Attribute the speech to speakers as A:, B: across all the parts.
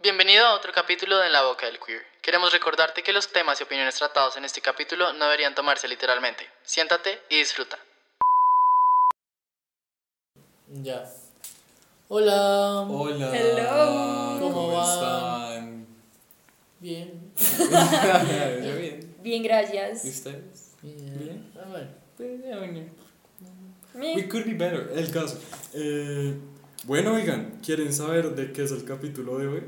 A: Bienvenido a otro capítulo de En la Boca del Queer. Queremos recordarte que los temas y opiniones tratados en este capítulo no deberían tomarse literalmente. Siéntate y disfruta. Ya. Hola.
B: Hola.
C: Hello.
B: ¿Cómo,
A: ¿Cómo
B: están?
A: Bien.
B: Yo bien.
C: Bien,
B: ¿Y
C: gracias.
B: ustedes?
A: Bien. Ah, bueno.
C: Pues,
B: We could be better. El caso. Eh, bueno, oigan, ¿quieren saber de qué es el capítulo de hoy?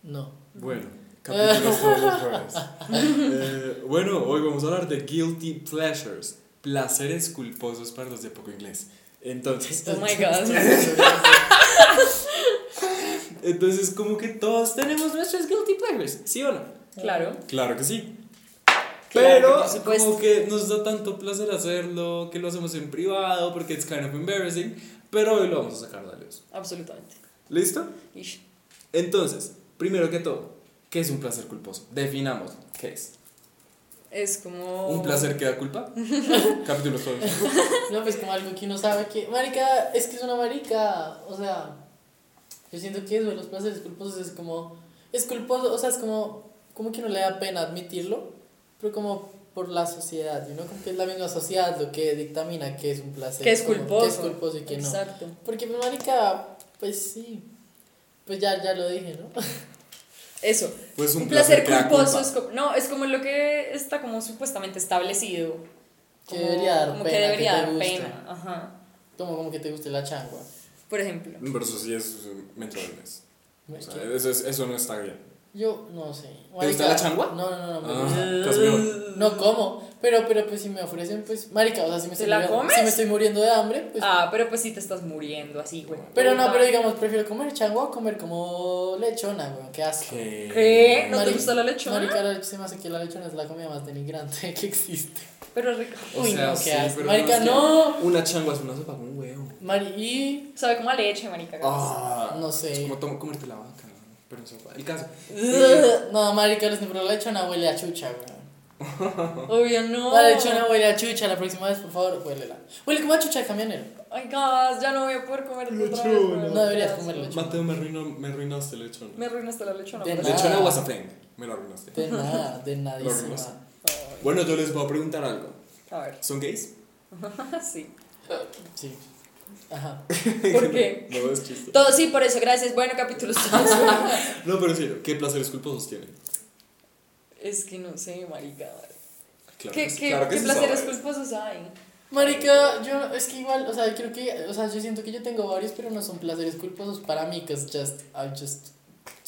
A: No.
B: Bueno, capítulos todos los jueves. Eh, bueno, hoy vamos a hablar de guilty pleasures, placeres culposos para los de poco inglés. Entonces,
C: Oh my
A: Este,
C: god.
A: pues,
B: entonces como que todos tenemos nuestros guilty pleasures, ¿sí o no?
C: Claro.
B: Claro que sí.
C: Claro,
B: Pero
C: por supuesto.
B: como que nos da tanto placer hacerlo, que lo hacemos en privado, porque es kind of embarrassing, pero hoy lo vamos a sacar de la luz.
C: Absolutamente.
B: ¿Listo?
C: Ish.
B: Entonces, primero que todo, ¿qué es un placer culposo? Definamos, ¿qué es?
C: Es como.
B: ¿Un placer que da culpa? Capítulo solo.
A: No, pues como algo que uno sabe que. Marica, es que es una marica. O sea, yo siento que eso de los placeres culposos es como. Es culposo, o sea, es como. Como que no le da pena admitirlo, pero como por la sociedad, ¿no? Como que es la misma sociedad lo que dictamina que es un placer.
C: Que es
A: como
C: culposo.
A: Que es culposo y que no.
C: Exacto.
A: Porque, pues, marica, pues sí. Pues ya, ya lo dije, ¿no?
C: Eso.
B: Pues un
C: Un
B: placer
C: placer,
B: que da
C: culposo
B: culpa.
C: es como. No, es como lo que está como supuestamente establecido.
A: Que
C: Como-
A: debería dar
C: como
A: pena,
C: que debería
A: que te
C: dar
A: guste.
C: pena. Ajá.
A: Como, como que te guste la changua.
C: Por ejemplo.
B: Pero eso sí es mental illness. O sea, eso, es- eso no está bien.
A: Yo no sé.
B: ¿Te gusta la changua?
A: No, no, no, no. me
B: Ah,
A: gusta.
B: Casmeón.
A: No como, pero, pero pues si me ofrecen, pues, marica, o sea, si me
C: ¿Te
A: estoy,
C: la
A: muriendo,
C: comes?
A: si me estoy muriendo de hambre, pues...
C: Ah, pero pues si te estás muriendo así, güey.
A: pero no, pero digamos, prefiero comer changua o comer como lechona, güey, qué asco.
B: ¿Qué?
C: ¿Qué? ¿No te
A: Mari-
C: gusta la lechona?
A: Marica, la- se me hace que la lechona es la comida más denigrante que existe.
C: Pero rico.
B: O
C: Uy,
B: sea,
C: no.
A: qué
B: sí,
A: asco.
B: pero
A: Marica,
B: es que
A: no.
B: Una changua es una sopa con un huevo.
A: Mari, y...
C: Sabe como a leche, marica.
B: Ah,
A: No sé.
B: Es como tom- comerte la vaca, pero en sopa. El caso.
A: No, marica, les- pero la lechona huele a chucha, güey.
C: Obvio, no.
A: La lechona huele a chucha, la próxima vez, por favor, huélela. Huele como a chucha de camionero.
C: Ay, gas, ya no voy a poder comer otra vez,
B: Lechona.
C: güey.
A: No deberías
C: Qué asco.
A: comer lechona.
B: Mateo, me, arruinó, me arruinaste el lechón.
C: Me Ah. arruinaste la pues, lechona.
A: De
C: por
A: nada.
C: favor.
B: Lechona was a thing. Me lo arruinaste.
A: De nada, de nadísima.
B: Horroroso. Bueno, yo les voy a preguntar algo.
C: A ver,
B: ¿Son gays?
C: sí.
A: Sí. Ajá.
C: ¿Por qué?
B: no, es chiste.
C: Todo sí, por eso, gracias. Bueno, capítulo estamos.
B: No, pero en serio, ¿qué placeres culposos tienen?
C: es que no sé, marica.
B: Claro
C: ¿Qué,
B: que sí,
C: qué,
B: claro que
C: qué
B: sí
C: placeres
B: sabes.
C: culposos hay?
A: Marica, yo es que igual, o sea, creo que, o sea, yo siento que yo tengo varios, pero no son placeres culposos para mí, cause just, I just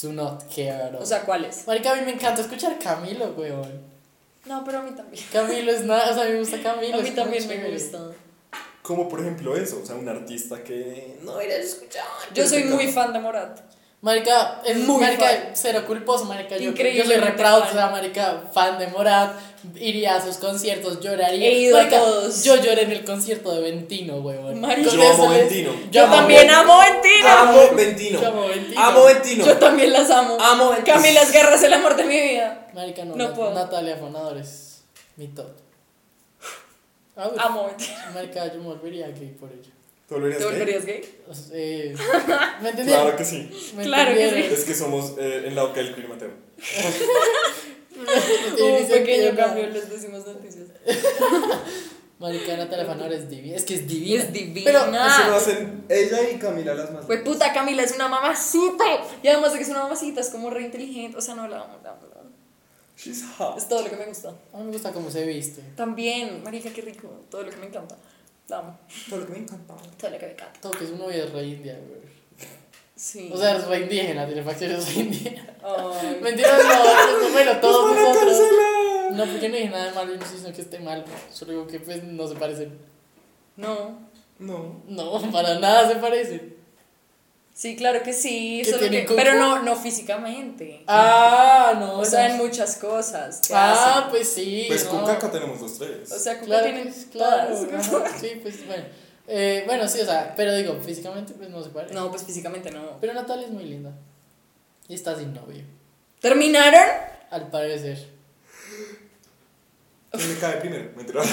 A: do not care at all.
C: O sea, ¿cuáles?
A: Marica, a mí me encanta escuchar Camilo, weón.
C: No, pero a mí también.
A: Camilo es nada, o sea, a mí me gusta Camilo.
C: A
A: es
C: mí
A: como
C: también me
A: chévere.
C: gusta.
B: Como por ejemplo eso, o sea, un artista que no era escuchado.
C: Yo soy muy fan de Morat.
A: Marica, es
C: Muy
A: marica,
C: fan.
A: cero culposo, marica. Yo, yo soy
C: Increíblemente
A: re proud,
C: fan.
A: o sea, marica, fan de Morat, iría a sus conciertos, lloraría.
C: He ido a
A: Marica,
C: todos.
A: Yo lloré en el concierto de Ventino, weón.
C: Marica.
A: Con
B: Yo amo
A: eso les-
B: Ventino.
C: Yo,
A: amo
C: también amo Ventina.
B: Amo Ventino.
A: Yo amo Ventino.
B: Amo Ventino.
C: Yo también las amo.
B: Amo Ventino.
C: Camila Guerra es el amor de mi vida.
A: Marica, no,
C: No
A: Nat-
C: puedo.
A: Natalia Fonadores, mi top. Ah, güey.
C: Amo Ventina.
A: Marica, yo me volvería gay por ella.
B: ¿Te
C: ¿Te volverías gay?
A: O sea, eh, ¿Me entendieron?
B: que sí.
A: ¿Me
C: claro que
A: entendieron?
B: que somos eh, en la boca del clima, Mateo.
A: Tiene
C: Hubo un pequeño
A: sentido,
C: cambio,
A: ¿no?
C: les decimos noticias.
A: Marica, Natalia Fonadores es divina. Es que es
C: Y
A: divina.
C: es divina.
A: Pero
B: hacen ella y Camila las más.
C: Pues puta, Camila es una mamacita. Y además de que es una mamacita, es como re inteligente. O sea, no la amo, la amo, la amo.
B: She's hot.
C: Es todo lo que me gusta.
A: A mí me gusta cómo se viste.
C: También, marica, qué rico. Todo lo que me encanta. La amo.
B: Todo lo que me encantaba.
C: Todo lo que me encanta.
A: Todo que es un novio es re india, güey.
C: Sí.
A: O sea, es re indígena, tiene facciones re indígenas.
C: Ay.
A: Mentira, no, no me
C: Pues
A: lo todos
B: ¡Van a
A: nosotros.
B: cancelar!
A: No, porque no dije nada de malo, no sino que esté mal. Solo digo que pues no se parecen.
C: No.
B: No.
A: No, para nada se parecen.
C: Sí, claro que sí.
A: ¿Que
C: solo que-
A: tienen cuco?
C: pero no, no físicamente.
A: Ah, no.
C: o sea, en muchas cosas. que
A: Ah,
C: hacen.
A: pues sí. no.
B: tenemos los tres.
C: O sea, cuco
A: Claro,
C: tienen
A: pues, claro.
C: todas.
A: ajá, Sí, pues bueno. Eh, bueno, sí, o sea, pero digo, físicamente pues no se parece.
C: No, pues físicamente no.
A: Pero Natalia es muy linda. Y está sin novio,
C: ¿Terminaron?
A: al parecer.
B: ¿Quién le cae primero? Me entero.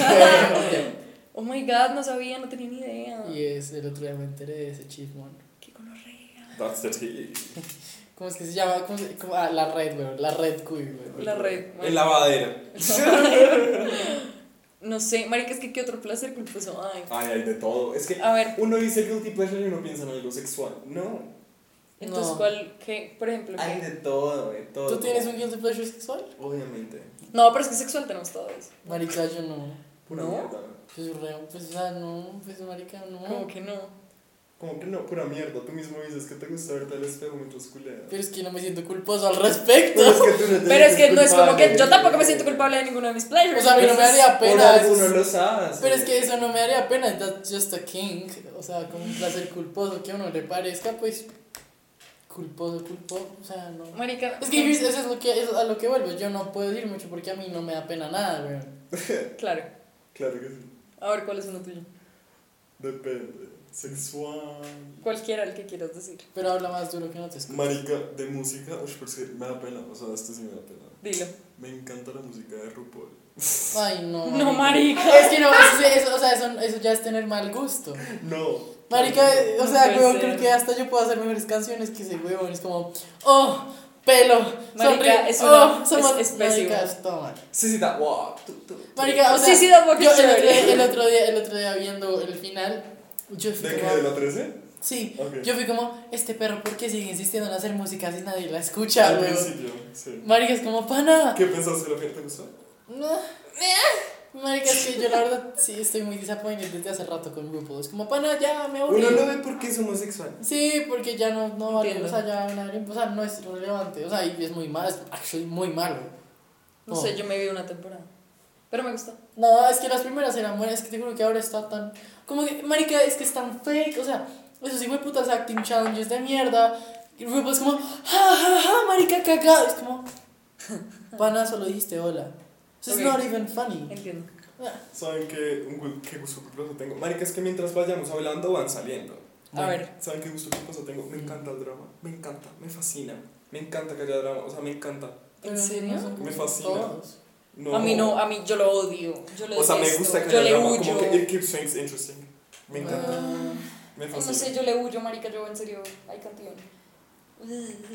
C: Oh my god, no sabía, no tenía ni idea.
A: y es, el otro día me enteré de ese chismón.
C: Qué gonorrea.
B: That's the tea.
A: ¿Cómo es que se llama? ¿Cómo se- cómo- ah, la red, weón. La red cuy, weón.
C: La red.
B: En
C: bueno.
B: lavadera.
C: no sé, marica, es que qué otro placer culposo hay.
B: Ay, hay de todo. Es que
C: A ver,
B: uno dice guilty pleasure y uno piensa en algo sexual. No.
C: entonces,
A: No.
C: ¿cuál? ¿Qué? Por ejemplo, ¿qué?
B: Hay de todo, de todo.
A: ¿Tú tienes un guilty pleasure sexual?
B: Obviamente.
C: No, pero es que sexual tenemos todos.
A: Marica, yo no.
B: Pura
C: ¿No?
B: mierda.
A: Pues re, pues o sea, no, pues marica,
C: Como
A: no.
C: que no.
B: Como que no, pura mierda. Tú mismo dices que te gusta verte al espejo mientras culeas.
A: Pero es que no me siento culposo al respecto.
B: Pero es que, tú no te
C: Pero es que
B: sientes
C: no es como que
B: culpable. Pues,
C: yo tampoco me siento culpable de ninguno de mis pleasures.
A: O sea, a mí no me
C: entonces-
A: daría
B: Por
A: pena.
B: algo
A: es-
B: uno lo hace.
A: Pero es que eso no me daría pena, that's just a king. O sea, como un placer culposo que a uno le parezca, pues culposo, culposo, o sea, no.
C: Marica.
A: Es que eso es lo que es a lo que vuelvo, yo no puedo decir mucho porque a mí no me da pena nada, weón.
C: Claro.
B: Claro que sí.
C: A ver, ¿cuál es uno tuyo?
B: Depende. Sexual.
C: Cualquiera el que quieras decir.
A: Pero habla más duro que no te escucho.
B: Marica, de música, uy, pero es que me da pena, o sea, este sí me da pena.
C: Dilo.
B: Me encanta la música de RuPaul.
A: Ay, no.
C: No, marica.
A: Es que no, eso, eso- o sea, eso, eso ya es tener mal gusto.
B: No.
A: Marica, o
C: No
A: sea,
C: puede
A: weón,
C: ser.
A: creo que hasta yo puedo hacer mejores canciones que ese weón. Es como, oh, pelo,
C: Marica,
A: sonríe,
C: es
A: oh,
C: una-
A: somos-
C: es- es pésimo.
A: Marica, es todo mal.
B: Sí, sí, da, wow. tú, tú, tú.
A: Marica, o sea,
C: Eh, Sí, sí, da porque
A: yo el otro,
C: chévere.
A: día, el, otro día, el otro día viendo el final, yo fui
B: ¿De qué?
A: como,
B: ¿De la 13?
A: sí,
B: Ok.
A: yo fui como, este perro, ¿por qué sigue insistiendo en hacer música si nadie la escucha,
B: Al
A: weón?
B: principio, sí.
A: Marica, es como, pana,
B: ¿Qué pensaste? ¿La mujer te gustó?
A: no, eh. Marica, es que yo la verdad sí estoy muy disappointed desde hace rato con grupo, es como, pana, ya me aburrí.
B: Uno no ve por qué es homosexual.
A: Sí, porque ya no, no vale,
C: Entiendo.
A: o sea, ya van a abrir, o sea, no es relevante, o sea, y es muy malo, es actually muy malo.
C: No sé, yo me vi una temporada. Pero me gustó.
A: No, es que las primeras eran buenas, es que te juro que ahora está tan, como que, marica, es que es tan fake, o sea, esos hijos de putas acting challenges de mierda, y RuPaul es como, ja, ja, ja, marica, cagado, es como, pana, solo dijiste hola, so it's
C: Ok.
A: not even funny. Ah,
C: Entiendo.
B: ¿Saben qué, un, gu- qué gusto culposo tengo? Marica, es que mientras vayamos hablando van saliendo.
C: A ver.
B: ¿Saben qué gusto culposo tengo? Me encanta el drama. Me encanta, me fascina. Me encanta que haya drama, o sea, me encanta.
A: Pero
C: ¿En serio?
A: no son como
B: Me fascina.
A: todos.
B: No.
C: A mí no, a mí yo lo odio. Yo lo
B: O sea, me
C: detesto,
B: gusta que
C: Yo
B: haya
C: le
B: drama,
C: huyo.
B: como que it keeps things interesting. Me encanta.
A: Ah,
B: Me
C: Ay, pues No
B: fascina.
C: sé, yo le huyo, marica, yo en serio. Ay, canción.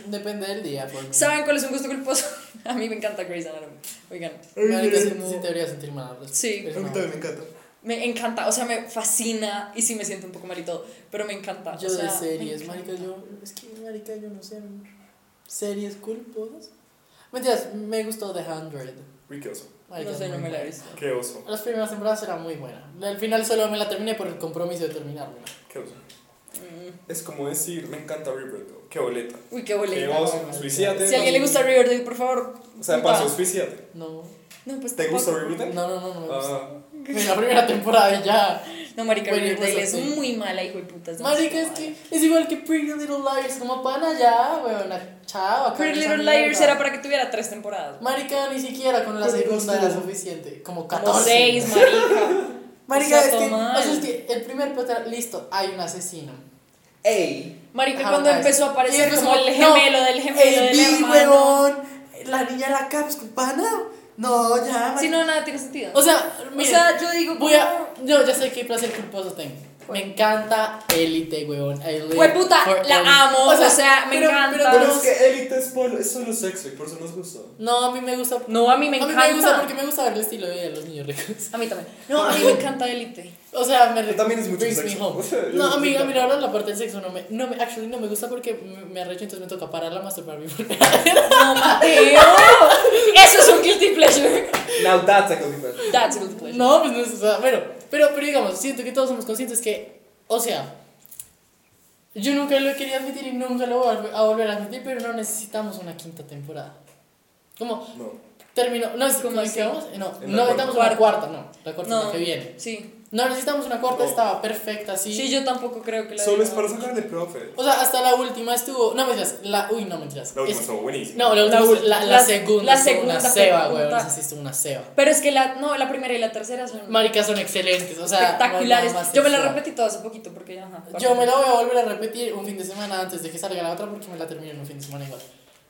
A: depende del día, por mí.
C: ¿Saben cuál es un gusto culposo? A mí me encanta Grey's Anatomy. Oigan,
A: Marica, es que sí te deberías sentir mal. pues,
C: Sí.
A: pero
B: A mí
A: no.
B: también me encanta.
C: me encanta, o sea, me fascina y sí me siento un poco mal y todo, pero me encanta.
A: Yo
C: o sea,
A: de
C: me
A: series,
C: encanta.
A: marica, yo. Es que, marica, yo no sé. Series culposas. Mentiras, me gustó The Hundred.
B: Uy, qué oso.
A: Marica,
C: no sé,
A: es
C: no
A: muy
C: me la he
A: buena.
C: visto.
B: Qué oso.
A: Las primeras temporadas eran muy buenas. Al final solo me la terminé por el compromiso de terminarla.
B: Qué oso.
C: Mm.
B: Es como decir, me encanta Riverdale. Qué boleta.
C: Uy, qué
B: Qué
C: boleta.
B: oso. Suicídate.
C: Si a alguien le gusta Riverdale, por favor.
B: O sea,
C: culpa.
B: paso, suicídate.
A: No,
C: No, pues
B: ¿Te gusta
C: tampoco.
A: no,
B: Riverdale?
A: no, no, no me gusta.
C: pues,
B: Ah,
A: Ni la primera temporada y ya.
C: No, marica,
A: Bueno,
C: Riverdale
A: pues,
C: es
A: ok.
C: muy mala, hijo de putas.
A: Marica, es que es igual que Pretty Little Liars, como pana ya, weón. Chao, acá
C: Pretty
A: esa
C: Little Liars
A: mierda.
C: era para que tuviera tres temporadas.
A: Marica, ni siquiera con la
B: Pero
A: segunda
B: no sé.
A: era suficiente. Como 14.
C: Como seis, marica.
A: Marica,
C: O sea,
A: es, que,
C: toma.
A: o sea, es que el primer plot era, listo, hay un asesino.
B: ¡Ey!
C: Marica,
A: Ajá,
C: cuando
A: guys.
C: empezó a
A: Y
C: aparecer
A: después
C: como
A: como,
C: el
A: no,
C: gemelo del gemelo
A: el
C: del
A: Billy,
C: hermano.
A: huevón, la niña de la caps, pana. No, ya. marica.
C: Si no, nada tiene sentido.
A: o sea,
C: O
A: miren,
C: sea, yo digo,
A: voy a, yo ya sé qué placer culposo tengo.
C: ¿Cuál?
A: Me encanta Elite, huevón. I live
C: Fue puta,
A: for
C: la
A: Elite.
C: amo, o sea, me
A: pero-
C: encanta.
A: pero-
B: Pero es que Elite es, polo, es solo sexo y por eso nos gusta.
A: no, a mí me gusta.
C: No, a mí me
A: a mí
C: encanta.
A: me gusta porque me gusta ver el estilo de vida de los niños ricos.
C: A mí también. No, a mí me encanta Elite.
A: O sea, me
B: Pero también es mucho
A: brings me
B: sexo.
A: home.
B: O sea, yo
A: No, a
B: no
A: mí,
B: sé.
A: a mí la verdad la parte del sexo no me, no me, actually no me gusta porque me me arrecho, entonces me toca pararla, masturbarme y volver.
C: No, Mateo. Eso es un guilty pleasure.
B: Now that's a compliment.
C: That's a guilty pleasure.
A: No, pues no es, o sea, bueno, pero, pero digamos, siento que todos somos conscientes que, o sea, yo nunca lo quería admitir y nunca lo voy a, a volver a admitir, pero no necesitamos una quinta temporada. Como,
B: No.
A: terminó, no es
C: ¿Cómo
A: como
C: así?
A: quedamos, eh, no,
B: En la
A: no necesitamos
C: cuarta.
A: una cuarta, no, la cuarta es
C: No.
A: la que viene.
C: Sí.
A: No necesitamos una cuarta,
B: No.
A: estaba perfecta, sí.
C: Sí, yo tampoco creo que la
B: Solo
C: diga.
B: es para sacarle profe.
A: O sea, hasta la última estuvo, no mentiras, la, uy, no mentiras.
B: La última
A: Es-
B: estuvo buenísima.
A: no, la,
C: La
A: última-
C: ul-
A: la, la
C: la-
A: segunda,
C: la
A: estuvo
C: segunda
A: una
C: fue
A: ceba,
C: puta.
A: güey, no sé si estuvo una ceba.
C: Pero es que la, no, la primera y la tercera son
A: Maricas son excelentes, o sea, no hay nada
C: espectaculares.
A: más
C: yo me la
A: sexual.
C: repetí todo hace poquito porque ajá.
A: Yo me la voy a volver a repetir un fin de semana antes de que salga la otra porque me la termino en un fin de semana igual.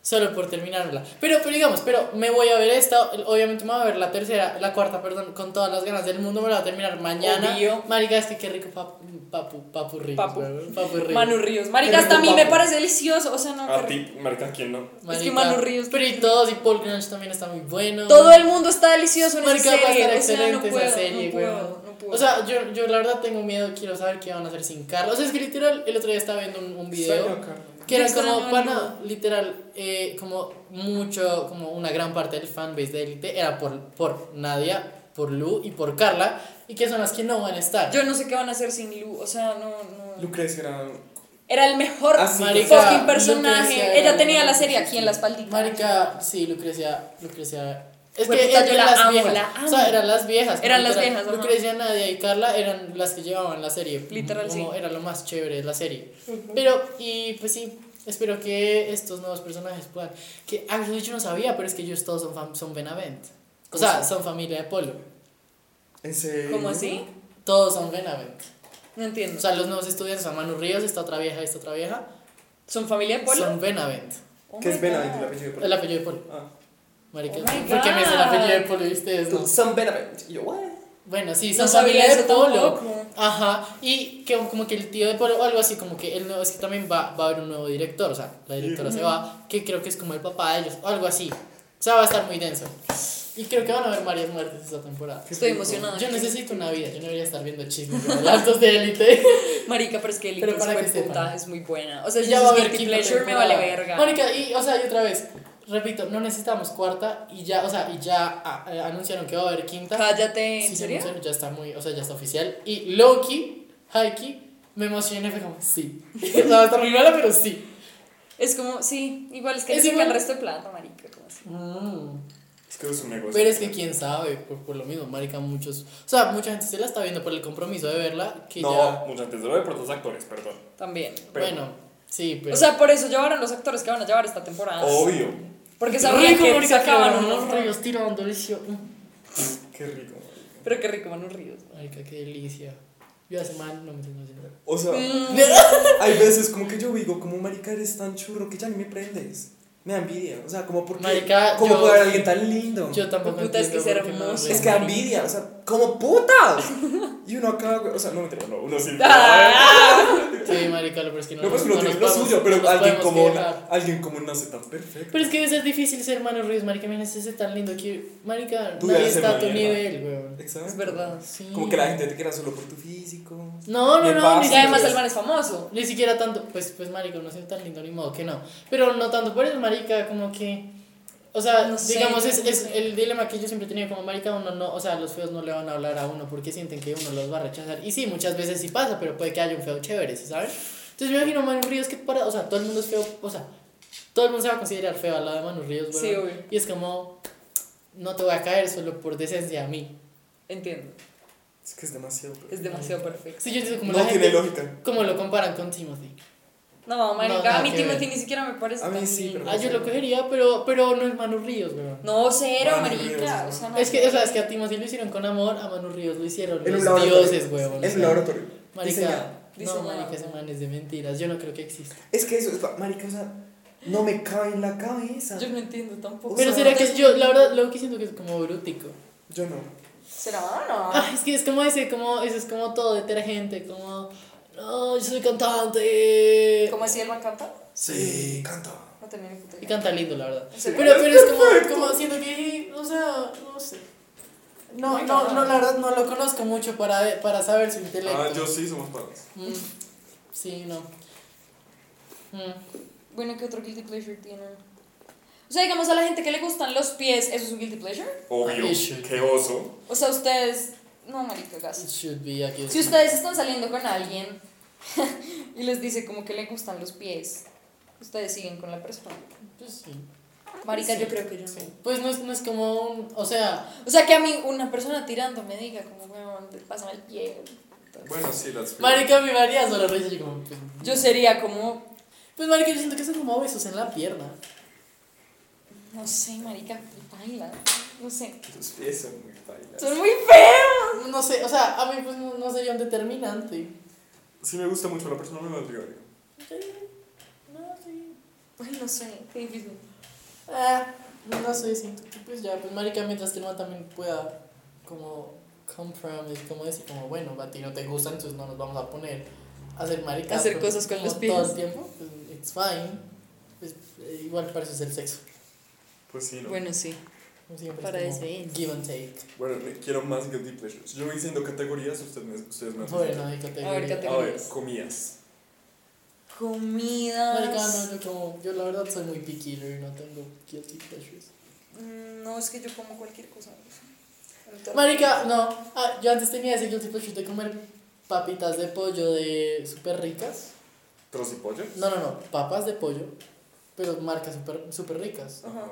A: solo por terminarla. Pero, pero digamos, pero me voy a ver esta, obviamente me voy a ver la tercera, la cuarta, perdón, con todas las ganas del mundo, me la voy a terminar mañana.
C: Obvio.
A: Marica, es que qué rico papu, papu, papu ríos,
C: Papu.
A: weón, papu ríos.
C: Manu Ríos. Marica, hasta a mí me parece delicioso. O sea, no.
B: A
C: qué
B: ti, marica, ¿quién no?
A: Marica,
C: que Manu Ríos-
A: Pero y todos, y Paul Grunge también está muy bueno.
C: Todo el mundo está delicioso en
A: Marica,
C: esa
A: va a
C: serie.
A: estar
C: o sea, no
A: excelente
C: puedo,
A: esa serie,
C: no puedo,
A: weón.
C: no puedo.
A: O sea, yo, yo la verdad tengo miedo, quiero saber qué van a hacer sin Carlos. O sea, es que literal, el otro día estaba viendo un, un video.
B: Sueño, Carlos.
A: Que era
C: Yo extraño
A: como,
C: al
A: pana, literal, eh, como mucho, como una gran parte del fanbase de Elite era por, por Nadia, por Lu y por Carla, y que son las que no van a estar.
C: yo no sé qué van a hacer sin Lu. O sea, no, no.
B: Lucrecia era.
C: Era el mejor
B: Ah, sí,
A: Marica,
C: fucking personaje.
A: Lucrecia era-
C: Ella tenía la serie aquí en la espaldita.
A: Marica, sí, Lucrecia, Lucrecia. Es
C: Fue
A: que
C: puta, yo
A: eran
C: la
A: las
C: amo,
A: viejas.
C: la
A: O sea,
C: amo.
A: eran las viejas. como
C: Eran las
A: literal,
C: viejas, ajá.
A: Lucrecia, Nadia y Carla eran las que llevaban la serie.
C: Literal,
A: Como
C: sí.
A: Era lo más chévere de la serie. Pero, y pues sí, espero que estos nuevos personajes puedan. Que, ah, yo no sabía, pero es que ellos todos son, fam- son Benavent. O sea, son familia de Polo.
B: ¿En serio?
C: ¿Cómo así?
A: Todos son Benavent.
C: No entiendo.
A: O sea, los nuevos estudiantes, o sea, Manu Ríos, esta otra vieja, esta otra vieja,
C: ¿Son familia de Polo?
A: son Benavent.
C: Oh
B: ¿Qué
C: my
B: es Benavent?
C: God.
B: El apellido de
A: El apellido de Polo.
B: Ah.
A: Marica,
C: Oh my
A: ¿por qué me dice el
C: God.
A: apellido de Polo y ustedes no?
B: Tú, Son Benavent. Y yo, ¿what?
A: Bueno, sí,
C: No
A: son
C: sabía
A: familia de
C: eso
A: Polo.
C: tampoco.
A: Ajá, y que como que el tío de Polo o algo así, como que él no, es que también va, va a haber un nuevo director, o sea, la directora se va, que creo que es como el papá de ellos, o algo así. O sea, va a estar muy denso. Y creo que van a haber varias muertes esta temporada.
C: Estoy emocionada.
A: Yo necesito una vida, yo no debería estar viendo chismes, relatos de élite.
C: Marica, pero es que el
A: Pero para que
C: super
A: sepan.
C: puta es muy buena. O sea,
A: ya va a haber
C: guilty
A: quinta
C: pleasure me
A: temporada.
C: vale verga.
A: Mónica, y, o sea, y otra vez, repito, no necesitamos cuarta y ya, o sea, y ya ah, eh, anunciaron que va a haber quinta.
C: Cállate, ¿en
A: Sí, se
C: serio?
A: anunciaron, ya está muy, o sea, ya está oficial. Y Loki, Haiki, me emocioné, fue como, sí. o sea, va a estar muy mala, pero sí.
C: Es como, sí, igual es que
A: Es
C: es
A: igual.
C: el resto de plata, marica. como así.
A: Mm.
B: Es que es un negocio.
A: Pero es que quién sabe, por, por lo mismo, marica, muchos, o sea, mucha gente se la está viendo por el compromiso de verla, que
B: No,
A: ya,
B: mucho antes de lo de por dos actores, perdón.
C: También.
B: pero-
A: bueno, sí, pero...
C: O sea, por eso llevaron los actores que van a llevar esta
A: Ah,
C: temporada.
B: Obvio.
C: Porque sabían
A: rico,
C: que
A: marica,
C: sacaban
A: que
C: unos
A: unos
C: ríos.
A: ríos tirando, delicioso.
B: Qué rico.
C: Pero qué rico, unos ríos.
A: Marica, qué delicia. Yo hace mal, no me entiendo.
B: O sea,
C: Mm,
B: hay veces como que yo digo, como marica eres tan churro que ya ni me prendes. Me da envidia. O sea, como porque.
A: Marica,
B: ¿Cómo
A: yo-
B: puede haber alguien tan lindo?
A: Yo tampoco
C: Puta, es que
A: entiendo por
C: es
A: qué me
C: hermoso.
A: arruinan.
B: es que da envidia. O sea, como puta. y uno acá, güey, O sea, no me entiendo, no. Uno sí.
C: ah,
A: Sí, marica, lo peor es que no
B: No, pues uno
A: no
B: tiene
A: nos
B: lo
A: podemos-
B: suyo,
A: no
B: pero
A: nos
B: alguien
A: podemos
B: como,
A: quejar.
B: alguien como nace tan perfecto.
A: Pero es que debe ser difícil ser Manu Ruiz, marica, mira, ese es tan lindo que... Marica,
B: Tú
A: nadie
B: eres
A: está a tu
B: Emanuel,
A: nivel, weón. Ah,
B: Exacto.
C: es verdad.
A: Sí.
B: Como que la gente te quiera solo por tu físico.
A: No, no,
B: le
A: no,
B: pasa.
A: ni
C: Y
B: Sí,
A: siquiera,
C: además
B: pues.
C: el man es famoso.
A: ni siquiera tanto, pues, pues marica, no soy tan lindo, ni modo que no. Pero no tanto por eso, marica, como que... O sea,
C: No sé,
A: digamos,
C: yo
A: es,
C: no
A: es
C: sé.
A: el dilema que yo siempre he tenido como marica, uno no, o sea, los feos no le van a hablar a uno porque sienten que uno los va a rechazar. Y sí, muchas veces sí pasa, pero puede que haya un feo chévere, ¿sí ¿saben? Entonces me imagino Manu Ríos que para, o sea, todo el mundo es feo, o sea, todo el mundo se va a considerar feo al lado de Manu Ríos, weón.
C: Sí, obvio.
A: Y es como, no te voy a caer solo por decencia a mí.
C: Entiendo.
B: Es que es demasiado. perfecto.
C: Es demasiado perfecto.
A: Sí, yo entiendo como
B: No
A: la
B: tiene
A: gente,
B: lógica.
A: como lo comparan con Timothy.
C: No, marica,
A: nada
C: a mí
A: que ver.
C: Timothy ni siquiera me parece
B: A mí
C: tan
B: sí,
C: lindo.
B: pero-
A: Ah, yo lo cogería, pero, pero no es Manu Ríos, weón.
C: No, cero,
B: Manu Ríos,
C: marica.
B: ¿no?
C: O sea, no.
A: Es que, o sea, es que a Timothy lo hicieron con amor, a Manu Ríos lo hicieron
B: En un
A: los
B: laboratorio.
A: dioses, weón. o
B: Es
A: sea,
B: un laboratorio.
A: Marica,
B: diseñado.
A: no,
C: Diseñado.
A: marica, ese man es de mentiras, yo no creo que exista.
B: Es que eso es. la- Marica, o sea, no me cabe en la cabeza.
C: Yo no entiendo tampoco.
B: O
A: Pero
B: sea,
A: será que es yo, la verdad, lo que siento que es como brútico.
B: Yo no.
C: ¿Será o no?
A: Ah, es que es como ese, como, eso es como todo detergente, como, no, yo soy cantante.
C: ¿Cómo así el man canta?
B: Sí. Canto.
C: No tenía ni puta
A: Y
C: idea.
A: canta lindo, la verdad.
C: ¿En serio?
A: Pero, pero es como, como siento que, o sea, no sé. No,
C: Muy
A: no,
C: raro.
A: no, la verdad no lo conozco mucho para, para saber su intelecto.
B: Ah, yo sí somos padres.
A: Mm, sí, no. Mm,
C: Bueno, ¿qué otro guilty pleasure tienen? O sea, digamos a la gente que le gustan los pies, ¿eso es un guilty pleasure?
B: Obvio.
A: Ay, shit.
B: Qué oso.
C: O sea, ustedes. No, marica, gas.
A: it should be aquí.
C: Si ustedes están saliendo con alguien y les dice como que le gustan los pies, ustedes siguen con la persona.
A: Pues sí.
C: Marica,
A: Sí.
C: yo creo que yo no.
A: sí. Pues no es, no es como un. O sea,
C: O sea, que a mí una persona tirando me diga como, weón, pásame el pie.
B: Bueno, sí, las.
A: Marica, mi María solo risa. Yo como. Pues,
C: Yo sería como,
A: pues Marica, yo siento que son como besos en la pierna.
C: no sé, marica, baila. No sé.
B: Tus pies son muy bailas.
C: Son muy feos.
A: No sé, o sea, a mí pues no, no sería un determinante.
B: Sí, me gusta mucho la persona, me lo digo.
A: No, sí.
C: Ay, no sé, qué difícil.
A: Ah, no sé, siento que pues ya, pues marica, mientras que el man también pueda como compromise, como decir, como bueno, a ti no te gusta, entonces no nos vamos a poner a hacer marica.
C: Hacer cosas con los pies.
A: Todo el tiempo, pues it's fine. Pues, eh, igual para eso es el sexo.
B: Pues sí, ¿no? Bueno,
C: Bueno, sí.
A: como Siempre
C: Para
A: es
C: eso
A: como
C: es.
A: give and take.
B: me- quiero más guilty pleasures. Yo voy diciendo categorías, ustedes me, ustedes me hacen-
A: Bueno, hay
C: A ver,
A: categoría.
B: A ver,
C: categorías.
B: comidas.
A: Marica,
C: Comidas.
A: no, yo como, yo la verdad soy muy picky eater, no tengo guilty pleasures.
C: Mm, No, es que yo como cualquier cosa. Ahorita-
A: Marica, no. Ah, yo antes tenía ese guilty pleasure de comer papitas de pollo de súper ricas.
B: ¿Tros y pollo?
A: No, no, no, papas de pollo, pero marcas súper super ricas.
C: Ajá.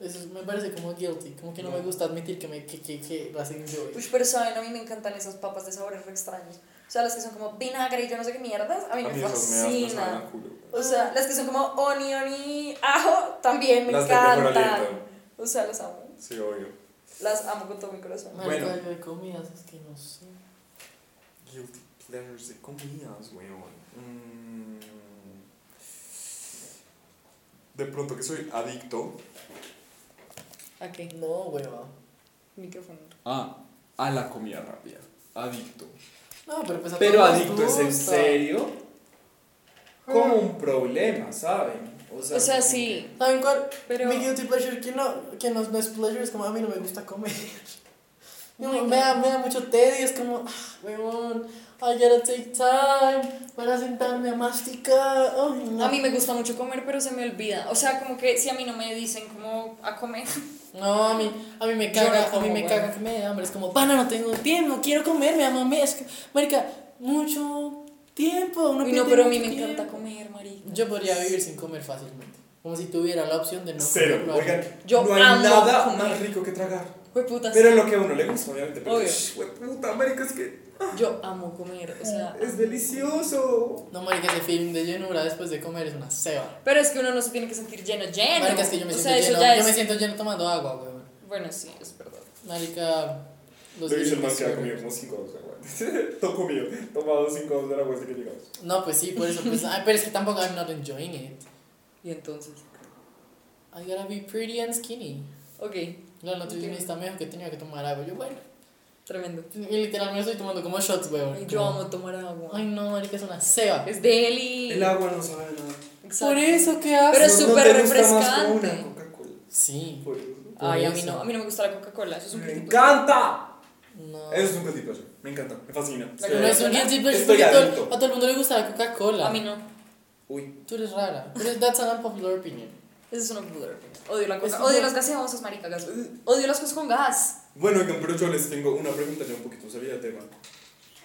A: Eso es- me parece como guilty, como que no, me gusta admitir que, me, que, que, que las enjoy.
C: Uy, pero saben, a mí me encantan esas papas de sabores re extraños. O sea, las que son como vinagre y yo no sé qué mierdas, a mí me
B: esas me dan- me saben
C: fascinan.
B: a culo, güey.
C: O sea, las que son como onion y ajo, también me
B: Las de mejor
C: encantan.
B: aliento.
C: O sea, las amo.
B: Sí, obvio.
C: Las amo con todo mi corazón.
A: Marica,
B: Bueno.
A: yo de comidas, es que no sé.
B: Guilty pleasures de comidas, weón. Mm. De pronto que soy adicto.
C: ¿A qué?
A: No, hueva.
C: Micrófono.
D: Ah, a la comida rápida. Adicto.
A: No, pero pues a
D: Pero
A: todos nos
D: adicto es en
A: gusta.
D: serio como un problema, ¿saben?
C: O sea, sí,
A: ¿Saben cuál?
C: pero.
A: Mi guilty pleasure, que no, que no, no es pleasure, es como a mí no me gusta comer. No,
C: my
A: me, da, me da mucho tedio, es como, ah, weón, I gotta take time para sentarme a masticar. Ay, no.
C: A mí me gusta mucho comer, pero se me olvida. O sea, como que si a mí no me dicen como a comer.
A: No, a mí, a mí me
C: Yo
A: caga,
C: no como,
A: a mí me
C: weón.
A: caga que me dé hambre. Es como, pana, no tengo tiempo, no quiero comer, me da mame. Es que, marica, mucho tiempo. Uno
C: Uy, no,
A: pierde
C: pero a mí
A: mucho
C: me encanta
A: tiempo.
C: comer, marica.
A: Yo podría vivir sin comer fácilmente. Como si tuviera la opción de no
B: Cero.
A: comerlo.
B: Oigan,
C: Yo
B: no hay
C: amo
B: nada
C: comer.
B: más rico que tragar.
C: Jueputas,
B: Pero lo que a uno le gusta, obviamente. Pero,
C: Obvio.
B: shh, puta, marica, es que
C: yo amo comer, o sea.
B: es delicioso.
A: No, marica, ese feeling de llenura después de comer es una ceba.
C: Pero es que uno no se tiene que sentir lleno, lleno.
A: Marica, es que yo me
C: o
A: siento
C: sea, eso
A: lleno.
C: ya
A: Yo
C: es-
A: me siento lleno tomando agua, weón.
C: Bueno, sí, es verdad.
A: Marica.
B: Lo
A: los
B: dice el man
A: límites,
B: que ha
A: weón.
B: comido como 5 onzas, güey. Todo comido. Tomado 5 onzas de agua así que llegamos.
A: No, pues sí, por eso. Pues, ay, pero es que tampoco I'm not enjoying it.
C: Y entonces.
A: I gotta be pretty and skinny.
C: Ok,
A: La nutricionista me dijo que tenía que tomar agua. Yo, bueno.
C: tremendo.
A: Y literalmente estoy tomando como shots, weón.
C: Ay, yo
A: Como-
C: amo tomar agua.
A: Ay, no, marica, es una ceba.
C: Es deli.
B: El agua no sabe nada.
C: Exacto.
A: Por eso, ¿qué
C: Pero
A: haces?
C: es súper
B: te gusta más como
C: refrescante.
B: una Coca-Cola.
A: Sí.
B: Por eso.
A: por
C: Ay, a mí
A: eso.
C: no, a mí no me gusta la Coca-Cola, eso es un
B: ¡Me
C: principio.
B: encanta!
A: No.
B: Eso es un petit placer. Me encanta, me fascina.
C: La
B: Sí.
A: Pero no es un
C: Coca-Cola.
A: guilty pleasure
B: Estoy
A: porque a todo-
B: adicto.
A: a todo el mundo le gusta la Coca-Cola.
C: A mí no.
B: Uy,
A: Tú eres rara. Pero that's an unpopular opinion.
C: Eso es una puta. Odio la
A: Es
C: coca.
A: como-
C: Odio las gaseosas, marica. gas- Ugh. Odio las cosas con gas.
B: Bueno, oigan, pero yo les tengo una pregunta ya un poquito seria de tema.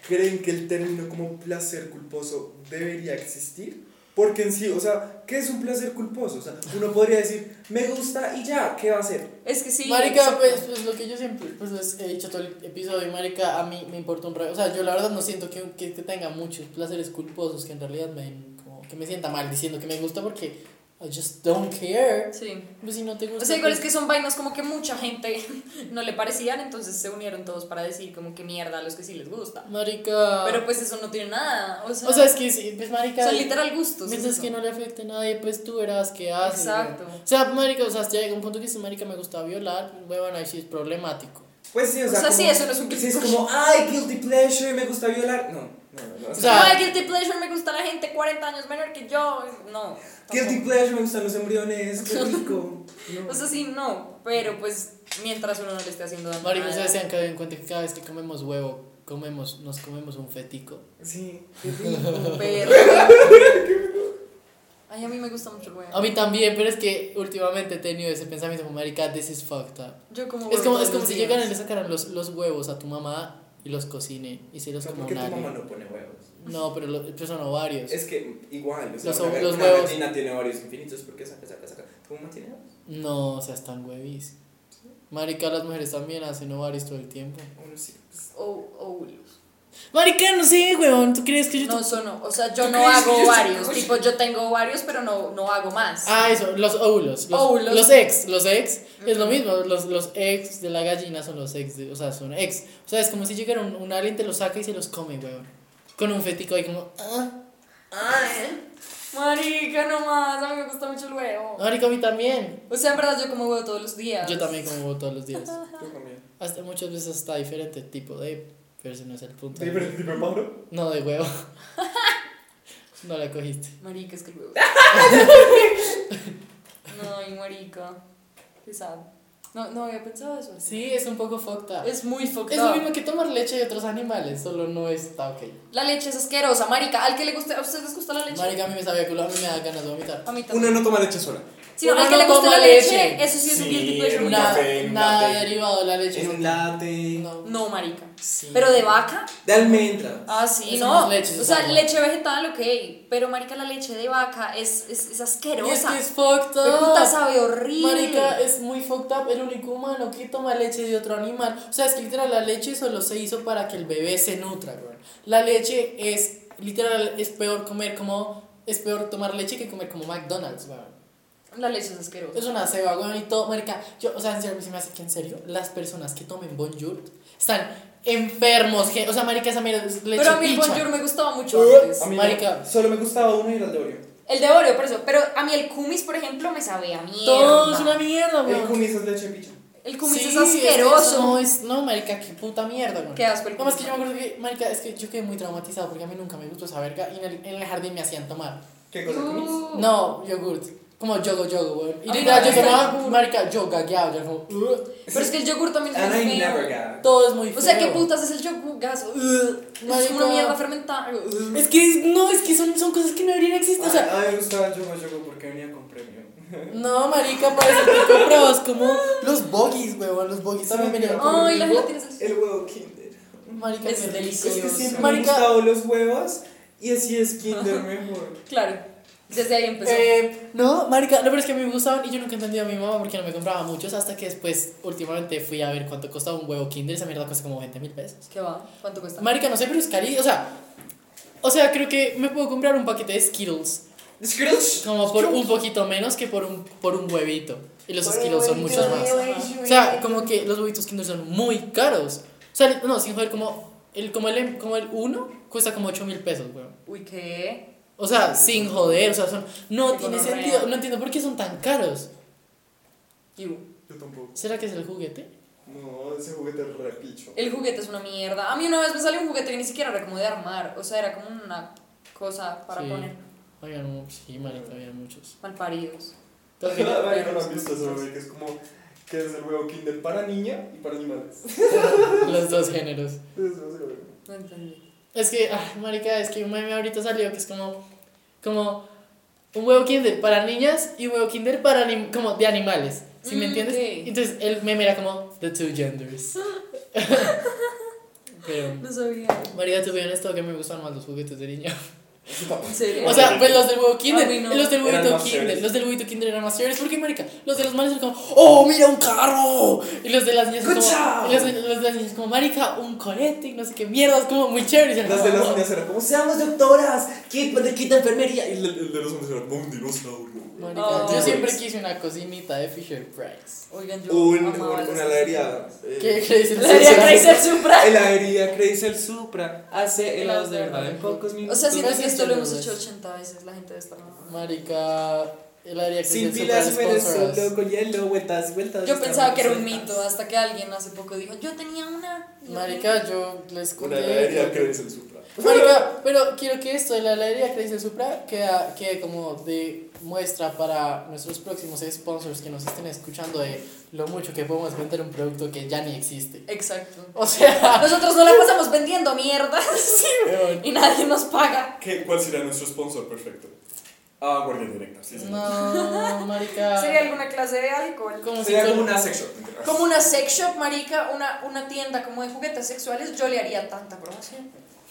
B: ¿Creen que el término como placer culposo debería existir? Porque en sí, o sea, ¿qué es un placer culposo? O sea, uno podría decir, me gusta y ya, ¿qué va a hacer?
C: Es que sí.
A: Marica,
C: exacto.
A: pues, pues lo que yo siempre pues, les he dicho todo el episodio, y Marica, a mí me importa un rayo. O sea, yo la verdad no siento que, que, que tenga muchos placeres culposos que en realidad me, como, que me sienta mal diciendo que me gusta porque I just don't care.
C: Sí.
A: Pues si no te gusta.
C: O sea, igual es
A: pues-
C: que son vainas como que mucha gente no le parecían, entonces se unieron todos para decir como que mierda a los que sí les gusta.
A: Marica.
C: Pero pues eso no tiene nada. O sea,
A: o sea, es que, sí, pues, Marica.
C: son literal gustos.
A: Mientras
C: eso.
A: que no le afecte a nadie, pues tú verás qué haces.
C: Exacto.
A: güey. O sea, Marica, o sea, si llega un punto que dice Marica me gusta violar, pues, bueno, ahí sí es problemático.
B: Pues sí, o
C: O
B: sea,
C: sea,
B: como-
C: sí, eso no es un
B: Sí, es
C: guilty
B: como, ay, guilty pleasure, me gusta violar. No, no, no. no. O
A: O
B: sea,
A: sea-
C: no, el guilty pleasure me gusta la gente 40 años menor que yo. No.
B: guilty
C: tampoco.
B: pleasure, me gustan los embriones, qué rico. No.
C: O sea, sí, no. Pero pues mientras uno no le esté haciendo daño. a
A: Marica, ustedes se
C: nadie.
A: han caído en cuenta que cada vez que comemos huevo, comemos, nos comemos un fetico.
B: Sí.
C: Pero- Ay, a mí me gusta mucho el huevo.
A: A mí también, pero es que últimamente he tenido ese pensamiento como, marica, this is fucked up.
C: Yo como
A: Es
C: huevo
A: como,
C: todos
A: es como
C: los
A: si
C: días.
A: llegaran y le sacaran los, los huevos a tu mamá y los cocine y se
B: O
A: los
B: sea,
A: como
B: ¿por qué tu
A: nadie.
B: mamá no pone huevos?
A: No, pero, lo- pero son ovarios.
B: Es que igual, o sea,
A: Los-
B: una,
A: los
B: una
A: huevos.
B: gallina tiene varios infinitos, ¿por qué saca, saca, saca? ¿Tu mamá tiene huevos?
A: No, o sea, están huevis. Marica, las mujeres también hacen ovarios todo el tiempo.
B: Uno sí, pues.
C: O óvulos.
A: Marica, no sé, huevón, ¿tú crees que yo te-
C: No, son, o sea, yo
B: ¿Tú
C: no
B: crees que
C: hago
B: yo
C: varios.
B: soy-
C: Tipo, yo tengo varios, pero no, no hago más.
A: Ah, eso, los óvulos. Los,
C: Óvulos.
A: los ex, los ex. Es lo
C: Ujú.
A: mismo, los, los ex de la gallina son los ex, de- o sea, son ex. O sea, es como si llegara un, un alien, te los saca y se los come, weón. Con un fetico ahí como... ah.
C: Ay. Marica, nomás, a mí me gusta mucho el huevo.
A: Marica, a mí también.
C: O sea, en verdad yo como huevo todos los días.
A: Yo también como huevo todos los días.
B: Yo también.
A: Hasta muchas veces hasta diferente tipo de, pero ese no es el punto.
B: ¿Te diferente tipo de Mauro?
A: No, de huevo. No la cogiste.
C: Marica, es que el huevo. no, y marica. Pesado. No, no había pensado eso.
A: Sí, es un poco fucked up.
C: Es muy fucked
A: Es lo
C: up.
A: mismo que tomar leche de otros animales, solo no está ok.
C: La leche es asquerosa, marica. Al que le guste, ¿a ustedes les gusta la leche?
A: Marica, a mí me sabía culo, a mí me da ganas de vomitar.
C: A mí también.
D: Una no toma leche sola.
C: Sí, no,
A: Uno
C: al que
A: no
C: le guste
A: toma
C: la leche,
A: leche.
C: eso sí es un
D: Sí,
C: guilty pleasure.
D: en un
C: marica.
A: Nada,
D: café, en un
A: nada
D: latte.
A: derivado de la leche.
D: En
A: se-
D: un latte.
A: No.
C: No, marica.
A: Sí.
C: Pero de vaca,
D: De almendra.
C: ah, sí,
A: Eso
C: no.
A: no es leche, eso
C: o
A: es
C: sea,
A: agua.
C: leche vegetal, ok. Pero, marica, la leche de vaca es, es, es
A: Y es
C: asquerosa.
A: que es fucked
C: Fue puta,
A: up.
C: sabe horrible.
A: Marica, es muy fucked up el único humano que toma leche de otro animal. O sea, es que literal la leche solo se hizo para que el bebé se nutra, weón. La leche es, literal, es peor comer como, es peor tomar leche que comer como McDonald's, weón.
C: La leche es asquerosa.
A: Es una ceba, weón, y todo, marica. Yo, o sea, en serio, se me hace que en serio, las personas que tomen bonjour están enfermos, que, o sea, marica, esa mierda es leche
C: Pero a mí el
A: picha.
C: bonjour me gustaba mucho antes.
B: A mí no.
A: Marica.
B: Ah, Solo me gustaba uno y era el de Oreo.
C: El de Oreo, por eso. Pero a mí el cumis, por ejemplo, me sabía mierda.
A: Todo es una mierda,
C: Ah,
B: El
A: weón.
B: cumis es leche picha.
C: El cumis
A: Sí, que
C: es
A: eso
C: asqueroso.
A: no, es, no, marica, qué puta mierda, weón.
C: Qué asco el
A: No, más que
C: cumis.
A: yo me acuerdo que, marica, es que yo quedé muy traumatizado porque a mí nunca me gustó esa verga y en el, en el jardín me hacían tomar.
B: ¿Qué cosa cumis?
C: Uh.
A: No, yogurt. Como yogo, yogo, weón. Y
C: Ah,
A: literal, yo
C: marica,
A: tomaba,
C: yogur.
A: marica, yo gagueaba, yo como, "Ugh".
C: Pero es que el yogur también es
B: And I
C: muy
B: never
C: feo.
B: got.
A: todo es muy feo.
C: O sea, ¿qué putas es el yogur? Gas. Ugh. Es
A: Marica.
C: una mierda fermentada. Ugh.
A: Es que, no, es que son, son cosas que no deberían existir, o sea,
B: a mí me gustaba el Yogo Yogo porque venía con premio.
A: No, marica, parece que comprabas como los bogies, weón, los bogies también venían con
C: Ay, la
A: huevo.
C: gelatina es asquerosa.
B: El huevo Kinder.
A: Marica,
C: Oh, Es
A: qué
C: delicioso.
B: Es que siempre me han
A: Marica.
B: gustado los huevos y así es Kinder mejor.
C: Claro. Desde ahí
B: Pues
C: empezó.
A: Eh, no, marica, no, pero es que a mí me gustaban y yo nunca entendía a mi mamá porque no me compraba muchos hasta que después, últimamente, fui a ver cuánto costaba un huevo kinder, esa mierda cuesta como 20 mil pesos.
C: ¿Qué va? ¿Cuánto cuesta?
A: Marica, no sé, pero es carísimo, o sea, o sea, creo que me puedo comprar un paquete de Skittles
B: Scrooge.
A: como por un poquito menos que por un, por un huevito y los
B: Por un
A: Skittles son
B: huevito,
A: muchos más. O sea, como que los huevitos Kinder son muy caros. O sea, no, sin joder, como el, como el, como el uno cuesta como 8 mil pesos, weón.
C: Uy, ¿qué?
A: O sea, sin joder, o sea, son, no
C: Qué
A: tiene
C: gonorrea.
A: sentido, no entiendo por qué son tan caros.
C: Iu.
B: Yo tampoco.
A: ¿Será que es el juguete?
B: No, ese juguete es repicho.
C: El juguete es una mierda. A mí una vez me salió un juguete que ni siquiera era como de armar. O sea, era como una cosa para
A: Sí.
C: poner
A: Habían muchos, sí, marica, habían muchos.
C: malparidos.
A: Tengo que-
B: Ay, no lo han visto eso, güey, que es como que es el huevo Kinder para niña y para animales.
A: los dos géneros.
B: Entonces, no sé, güey.
C: No entendí.
A: Es que, ah, marica, es que un meme ahorita salió que es como, como un huevo kinder para niñas y un huevo kinder para anim- como de animales, ¿sí me
C: Mm,
A: entiendes?
C: ok.
A: Entonces el meme era como the two genders. Pero,
C: No sabía.
A: marica, te soy honesto que me gustan más los juguetes de niña.
C: ¿En serio?
A: O sea, pues los del huevo kinder,
C: A mí no.
A: los del
B: Ah, Eran
A: huevito
B: más
A: kinder,
B: chéveres.
A: los del huevito kinder eran más chéveres porque marica, los de los males eran como, "Oh, mira un carro." Y los de las niñas
B: Good
A: como,
B: job.
A: y los de, los de las niñas como, "Marica, un colete, y no sé qué mierda, es como muy chévere." Y eran
B: Las de
A: como,
B: las
A: "Wow".
B: niñas eran como, seamos doctoras, kit, kit de enfermería. Y el, el de los hombres era como un dinosaurio. güey.
A: Marica,
C: Oh.
A: yo siempre quise una cocinita de Fisher Price.
C: Oigan, yo.
B: Un, un,
C: amaba
B: una
C: las cosas.
B: heladería. eh,
A: ¿Qué crees?
C: La heladería Crazy el Supra.
B: Heladería Crazy el Supra hace helados de verdad en pocos
C: O
B: minutos.
C: sea, siento
A: Gracias,
C: que esto lo hemos
A: Lourdes.
C: hecho 80 veces. La gente de esta mamá.
A: Marica, el área que
B: sin
A: es el
B: pilas,
A: super
B: pero
A: sponsor us.
B: solo con hielo, vueltas, vueltas.
C: Yo pensaba que era un mito hasta que alguien hace poco dijo: Yo tenía una. Y yo tenía-
A: Marica, yo les
B: Una
A: conté.
B: heladería Crazy el Supra.
A: Marica, pero quiero que esto de la heladería que dice Supra queda, quede como de muestra para nuestros próximos sponsors que nos estén escuchando de lo mucho que podemos vender un producto que ya ni existe.
C: Exacto.
A: O sea,
C: Nosotros no la pasamos vendiendo mierdas
A: weón,
C: y nadie nos paga.
B: ¿Qué, ¿Cuál sería nuestro sponsor perfecto? Ah, Guardia Directa, sí, sí.
A: no, marica.
C: Sería alguna clase de alcohol.
A: Como si
B: Sería
A: con-
B: como una sex shop.
C: Como una sex shop, marica, una, una tienda como de juguetes sexuales, yo le haría tanta promoción.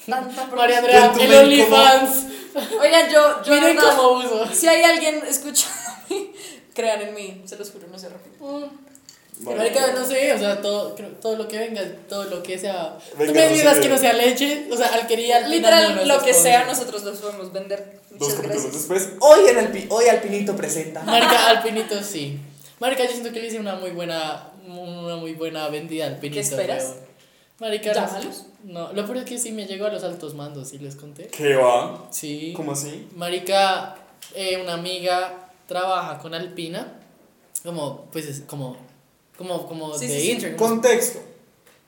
C: Tanta
A: María
C: promoción.
A: Andrea,
B: Con tu
A: el
B: mail
A: OnlyFans.
C: Oigan, yo, yo de
A: Miren
C: verdad,
A: cómo uso.
C: si hay alguien escuchando, crean en mí, se los juro, no se repite.
A: Marica, no sé, o sea, todo, creo- todo lo que venga, todo lo que sea.
B: Venga,
A: Tú me
B: no
A: digas
B: sé.
A: que no sea leche, o sea, al quería al final no
C: Literal,
A: nos
C: lo que sea,
A: responde.
C: nosotros los podemos vender.
B: Dos
C: Muchas
B: capítulos
C: gracias.
B: después, Oh, hoy, en Alpi, hoy Alpinito presenta.
A: Marica, al pinito sí. Marica, yo siento que le hice una muy buena, una muy buena vendida al pinito.
C: esperas?
A: weón. Marica, no sé.
C: Llámalos.
A: No, lo peor es que sí me llegó a los altos mandos, sí les conté.
B: ¿Qué va?
A: Sí.
B: ¿Cómo así?
A: Marica, eh, una amiga trabaja con Alpina, como, pues, es como, como, como
C: Sí,
A: de
C: sí, sí.
A: intern.
B: Contexto.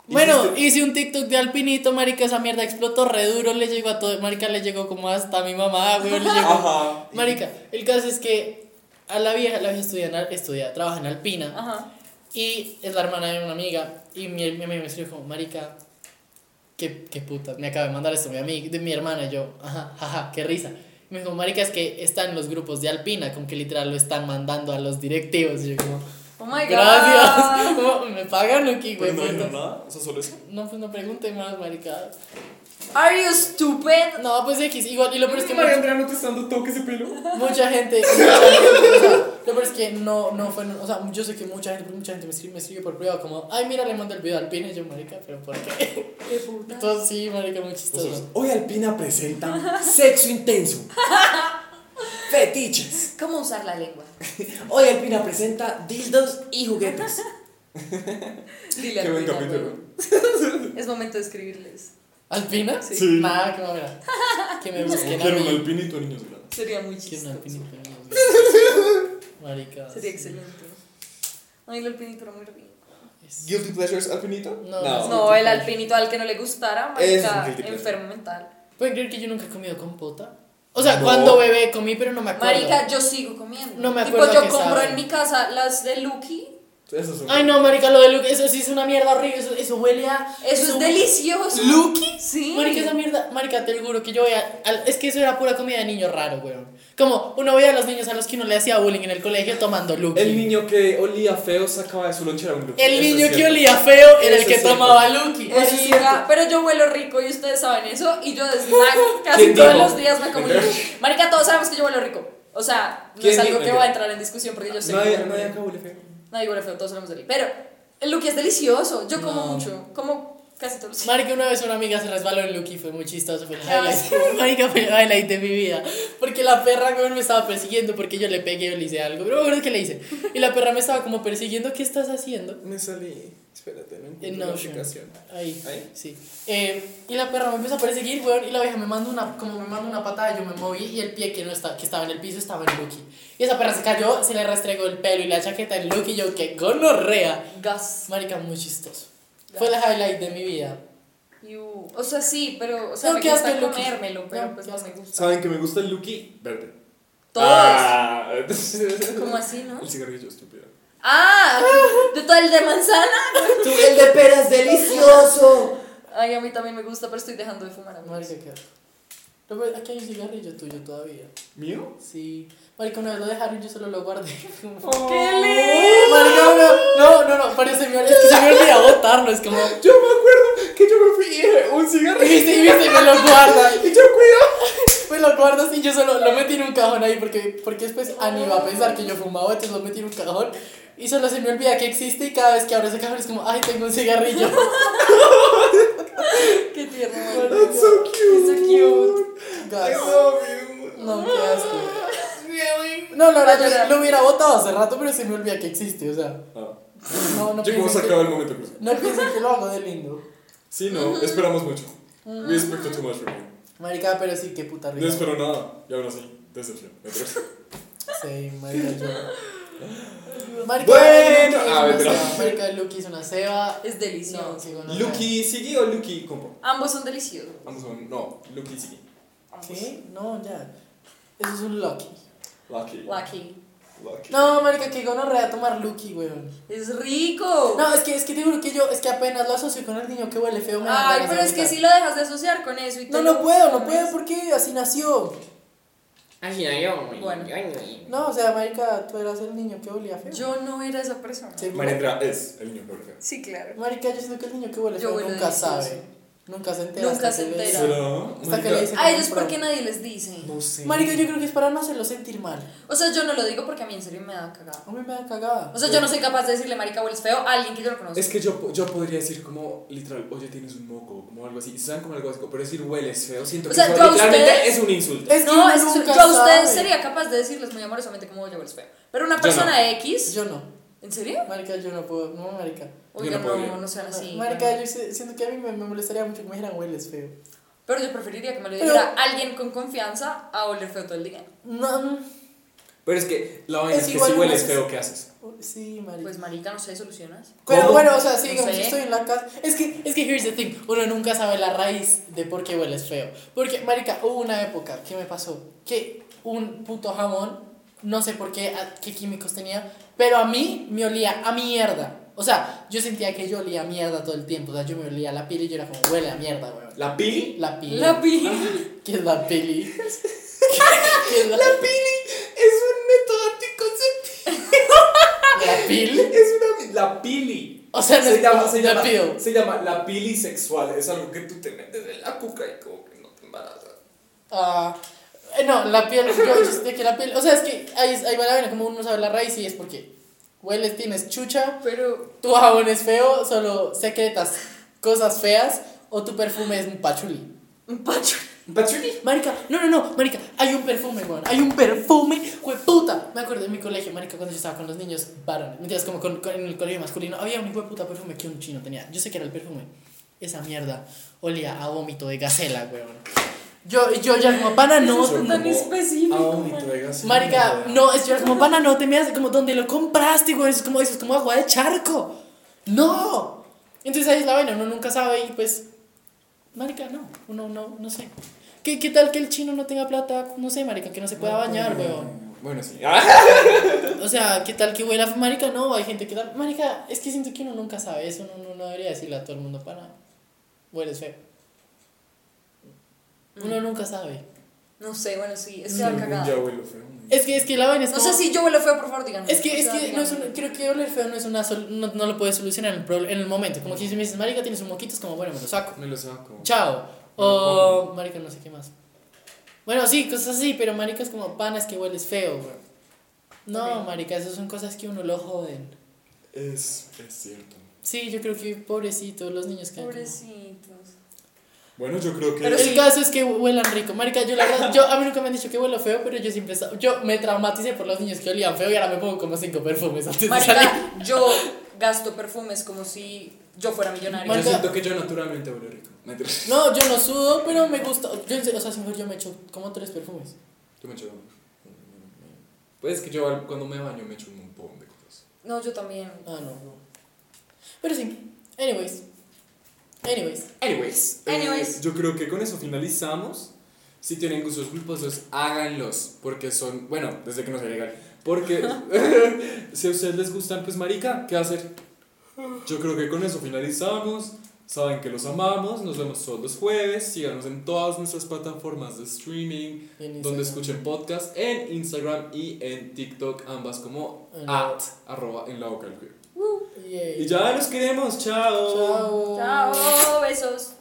A: Bueno,
B: Hiciste-
A: hice un TikTok de Alpinito, marica, esa mierda explotó re duro, le llegó a todo, marica, le llegó como hasta a mi mamá, güey, le llegó
B: Ajá.
A: Marica, el caso es que a la vieja, la vieja estudia, en Al- estudia trabaja en Alpina
C: Ajá.
A: y es la hermana de una amiga y mi, mi amiga me escribió como, Marica, qué, qué puta, me acaba de mandar esto mi amiga, de mi hermana y yo, ajá, jaja, qué risa. Y me dijo, Marica, es que están los grupos de Alpina, como que literal lo están mandando a los directivos. Y yo como,
C: Oh my god.
A: gracias, como, me pagan o qué, güey.
B: Pero Pues no dijeron
A: puta?".
B: nada, o sea, solo eso.
A: No, pues no pregunte más, Marica.
C: Are you stupid?
A: No, pues X, igual, y lo peor es que
B: María
A: mucho-
B: Andrea no te está dando toque ese pelo.
A: Mucha gente, mucha gente, o sea, lo peor es que no, no fue, o sea, yo sé que mucha gente, mucha gente me escribe, me escribe por privado como, ay, mira, le mando el video al pin, y yo, marica, pero ¿por qué?
C: Qué puta.
A: Entonces, sí, marica, muy
D: Nosotros,
A: chistoso.
D: Hoy Alpina presenta Sexo Intenso. Fetiches.
C: ¿Cómo usar la lengua?
D: Hoy Alpina presenta dildos y juguetes.
C: Dile
B: Qué
C: a
B: buen
C: Pina,
B: capítulo.
C: güey. Es momento de escribirles.
A: ¿Alpina?
C: Sí.
B: Sí.
A: Nada, que mamera. Que me busquen a
B: Quiero un
A: mí.
B: alpinito, niños grandes.
C: Sería muy
A: Quiero un
C: chistoso.
A: alpinito. Marica.
C: Sería
A: sí.
C: excelente. Ay, el alpinito era muy rico.
A: Es-
B: ¿Guilty Pleasures alpinito?
A: No, Ah,
C: No, el
A: guilty
C: alpinito al que no le gustara,
B: Es un
C: marica,
B: guilty pleasure.
C: enfermo mental.
A: ¿Pueden creer que yo nunca he comido compota? O sea,
B: No.
A: cuando bebé comí, pero no me acuerdo.
C: Marica, yo sigo comiendo.
A: No me
C: Tipo,
A: acuerdo
C: yo
A: qué
C: compro
A: sabe.
C: en mi casa las de Lucky.
B: Eso es un.
A: Ay, Ah, no, marica, lo de Luke, eso sí es una mierda horrible, eso, eso huele a...
C: Eso es delicioso.
A: ¿Lucky?
C: Sí.
A: Marica, esa mierda, marica, te lo juro que yo veía, al- es que eso era pura comida de niño raro, weón. Como uno veía a los niños a los que uno le hacía bullying en el colegio tomando Lucky.
B: El niño que olía feo sacaba de su lonchera un Lucky.
A: El
B: Eso es
A: niño que
B: cierto.
A: olía feo era el
B: Eso
A: que
B: es cierto.
A: tomaba Lucky.
B: Eso es cierto.
C: Marica, pero yo huelo rico y ustedes saben eso. Y yo desde la- casi
B: ¿Quién
C: todos
B: dijo?
C: los días me como Marica, todos sabemos que yo huelo rico. O sea, no
B: ¿Quién
C: es algo
B: dijo?
C: que va a entrar en discusión porque yo sé que
B: Nadie,
C: huelo
B: nadie acá
C: rico.
B: huele feo.
C: Nadie huele feo, todos sabemos de él. Pero el Lucky es delicioso. Yo como
A: No.
C: mucho. Como casi todos los días.
A: Marica, una vez una amiga se resbaló en Lucky, fue muy chistoso, fue el
C: Ay,
A: highlight. Marica, fue el highlight de mi vida. Porque la perra, weón, me estaba persiguiendo porque yo le pegué o le hice algo. Pero no me acuerdo que le hice. Y la perra me estaba como persiguiendo, ¿qué estás haciendo?
B: Me salí. Espérate, no encuentro
A: En
B: la
A: Notion.
B: aplicación.
A: Ahí.
B: ¿Ahí?
A: Sí. Eh, y la perra me empezó a perseguir, weón, y la vieja me mandó una, como me mandó una patada, yo me moví y el pie que no estaba, que estaba en el piso estaba en Lucky. Y esa perra se cayó, se le restregó el pelo y la chaqueta en Lucky, y yo que gonorrea.
C: Gas.
A: Marica, muy chistoso. Fue la highlight de mi vida.
C: Iu. O sea, sí, pero. O sea,
A: No,
C: me
A: qué asco
C: gusta
A: el Lucky.
C: comérmelo, pero
A: No,
C: pues
A: qué
C: no
A: asco.
C: me gusta.
B: ¿Saben que me gusta el Lucky? Verde.
C: Todos.
B: Ah.
C: Como así, ¿no?
B: El cigarrillo estúpido.
C: Ah, de todo el de manzana.
D: Tú, el de peras delicioso.
C: Ay, a mí también me gusta, pero estoy dejando de fumar. amigos.
A: Marica, qué asco. No, pero Aquí hay un cigarrillo tuyo todavía.
B: ¿Mío?
A: Sí. Marica, una vez lo dejaron y yo solo lo guardé.
C: ¡Qué
A: Marica, no, no, no, no, pero se me, es que se me olvidó botarlo, es como...
B: Yo me acuerdo que yo me fui y dejé un
A: Y
B: cigarrillo.
A: viste, y viste, me lo guardan.
B: Y yo cuidado.
A: Pues lo guardas y yo solo lo metí en un cajón ahí porque, porque después Ani va a pensar que yo fumaba, entonces lo metí en un cajón y solo se me olvida que existe y cada vez que abro ese cajón es como, ay, tengo un cigarrillo.
C: Qué tierno. marica.
B: That's so cute.
C: It's so cute.
B: I
A: Gas.
B: love you.
A: No, qué asco. No, la verdad, yo lo hubiera botado hace rato, pero se me olvida que existe, o sea.
B: Ah,
A: No, no
B: yo como se
A: piensen
B: acaba
A: que,
B: el momento cruz.
A: no piensen que lo hago de lindo.
B: Sí, no, esperamos mucho. We expected too much from you.
A: Marica, pero sí, qué puta
B: No
A: rica.
B: espero nada. Y ahora sí, decepción. Mentiras.
A: Sí, marica, yo. Marica,
B: Bueno,
A: Lucky es
B: a
A: una
B: ver, pero-
A: ceba, marica, Lucky es una ceba.
C: Es
A: No,
C: delicioso.
A: qué gonorrea.
B: ¿Lucky Siggy o Lucky Compo?
C: Ambos son deliciosos.
B: Vamos a un. No, Lucky Siggy.
C: Ambos.
A: ¿Qué? No, ya. Eso es un lucky.
B: Lucky.
C: Lucky.
B: Lucky.
A: No, marica, que gonorrea tomar lucky, weón.
C: Es rico.
A: No, es que, es que te juro que yo, es que apenas lo asocio con el niño que huele feo. me dan
C: Ay,
A: ganas de
C: pero es que
A: vomitar.
C: si lo dejas de asociar con eso y
A: No,
C: te
A: no
C: lo-
A: puedo, no puedo, porque así nació.
C: Bueno.
A: No, o sea, marica, tú eras el niño que olía feo.
C: Yo no era esa persona.
A: Sí.
B: Mariandra es el niño perfecto.
C: Sí, claro.
A: Marica, yo siento que el niño que huele
C: Yo
A: feo
C: huelo
A: nunca
C: delicioso.
A: sabe. Nunca se entera.
C: Nunca
A: hasta
C: se
A: que le-
C: entera.
B: ¿Será?
A: Hasta que
B: Marica,
A: le dicen
C: A
A: que
C: ellos
A: compra-
C: porque nadie les dice.
B: No sé.
A: Marica, yo creo que es para no hacerlo sentir mal.
C: O sea, yo no lo digo porque a mí en serio me da cagada.
A: A mí me da cagada.
C: O sea, yo no soy capaz de decirle marica hueles feo a alguien que yo no conozco.
B: Es que yo, po- yo podría decir como literal, oye, tienes un moco, como algo así. Saben como algo así, pero decir hueles feo, siento
C: O
B: que
C: sea,
B: eso
C: yo a
B: literalmente
C: ustedes-
B: es un insulto.
A: Es que
C: no,
A: uno
C: es que
A: nunca
C: yo a ustedes
A: sabe.
C: sería capaz de decirles muy amorosamente como oye hueles feo. Pero una
B: Yo
C: persona
B: no.
C: X.
A: Yo no.
C: ¿En serio?
A: Marica, yo no puedo. No, marica.
B: Yo
C: Oiga,
B: no
C: no,
B: podría.
C: no, sean así.
A: Marica, yo si- siento que a mí me, me molestaría mucho que me dijeran hueles feo.
C: Pero yo preferiría que me lo
A: Pero-
C: dijera alguien con confianza a oler feo todo el día.
A: No, mm,
B: Pero es que la vaina
A: Es
B: es, que
A: igual
B: si hueles
A: una-
B: feo, ¿qué haces?
A: Sí, marica.
C: Pues marica, no sé, solucionas.
A: Pero
B: ¿Cómo?
A: bueno, o sea, sí,
C: No
A: digamos,
C: sé.
A: yo estoy en la casa. Es que, es que here's the thing. Uno nunca sabe la raíz de por qué hueles feo. Porque, marica, hubo una época que me pasó que un puto jamón, no sé por qué, a- qué químicos tenía, pero a mí me olía a mierda. O sea, yo sentía que yo olía a mierda todo el tiempo. O sea, yo me olía la piel y yo era como, huele a mierda, weón.
B: ¿La pili?
A: La pili.
C: La pili.
A: ¿Qué es la pili? ¿Qué, qué es la,
B: Es un
A: la pili?
B: método anticonceptivo. Es una. La pili.
A: O sea, no
B: se
A: es
B: llama,
A: como
B: se,
A: la
B: llama,
A: pil.
B: se llama la pili sexual. Es algo que tú te metes en la cuca y como que no te embarazas.
A: Ah, eh, no, la piel, yo yo sentía que la piel, o sea, es que ahí, es- ahí va la vena, como uno sabe la raíz y es porque hueles, tienes chucha,
C: Pero
A: tu jabón es feo, solo secretas cosas feas o tu perfume es un pachuli.
C: un pacho.
B: ¿Pachuli?
A: Marica, no, no, no, Marica, hay un perfume, weón, hay un perfume, hueputa. Me acuerdo en mi colegio, Marica, cuando yo estaba con los niños varones, mentiras, como con- con- en el colegio masculino, había un hueputa perfume que un chino tenía. Yo sé que era el perfume. Esa mierda olía a vómito de gacela, weón. Yo, yo ya como pana, no,
C: Eso es tan específico,
B: Ah, bonito,
C: man.
B: oiga, sí,
A: Marica,
B: no.
A: no, es yo era como pana, no te miras como donde lo compraste, güey. Eso es como, eso es como agua de charco. No. Entonces ahí es la vaina, uno nunca sabe y pues. Marica, no, uno no, no sé. ¿Qué, ¿Qué tal que el chino no tenga plata? No sé, marica, que no se pueda bañar,
B: pues,
A: weón.
B: Bueno, sí. Ah,
A: O sea, ¿qué tal que huela? a- Marica, no, hay gente que tal. Marica, es que siento que uno nunca sabe eso, uno no debería decirle a todo el mundo, pana, hueles feo. Uno nunca sabe.
C: No sé, bueno, sí, es que
E: Algún
C: la
E: día
C: cagada.
E: huelo feo.
A: Es que, es que la vaina es
C: No
A: como-
C: sé si yo huelo feo, por favor, díganme.
A: Es que,
C: O
A: es
C: sea,
A: que no es
C: díganme.
A: una- creo que oler feo no es una sol- no, no lo puedes solucionar en el, prob- en el momento. Como que si me dices, marica, tienes un moquito, es como, bueno, me lo saco.
B: Me lo saco.
A: Chao. O, marica, no sé qué más. Bueno, sí, cosas así, pero marica es como, pana, es que hueles feo, bro. No,
C: Ok.
A: marica, esas son cosas que uno lo joden.
B: Es, es cierto.
A: Sí, yo creo que pobrecito, los niños que
C: Pobrecitos.
B: Bueno, yo creo que.
A: Pero el caso es que huelan rico. Marica, yo la verdad, yo, a mí nunca me han dicho que huelo feo, pero yo siempre, sa- yo me traumaticé por los niños que olían feo y ahora me pongo como cinco perfumes antes de salir.
C: Marica, yo gasto perfumes como si yo fuera millonaria.
B: yo
A: Marica-
B: siento que yo naturalmente huelo rico. Mentira.
A: No, yo no sudo, pero me gusta. Yo, en serio, o sea, siempre yo me echo como tres perfumes.
B: Yo me echo. Mm, Pues es que yo al- cuando me baño me echo un montón de cosas.
C: No, yo también.
A: Ah, no, no. Pero sí, anyways. Anyways.
B: Anyways. eh,
C: Anyways.
B: yo creo que con eso finalizamos. Si tienen gustos culposos, háganlos. Porque son. Bueno, desde que no sea legal. Porque si a ustedes les gustan, pues marica, ¿qué hacer? Yo creo que con eso finalizamos. Saben que los amamos. Nos vemos todos los jueves. Síganos en todas nuestras plataformas de streaming.
A: en
B: donde
A: Instagram.
B: escuchen podcast en Instagram y en TikTok, ambas como
A: En la-
B: at, arroba en la boca del cuyo.
A: Yay.
B: Y ya los queremos,
A: Chao.
C: Chao, besos.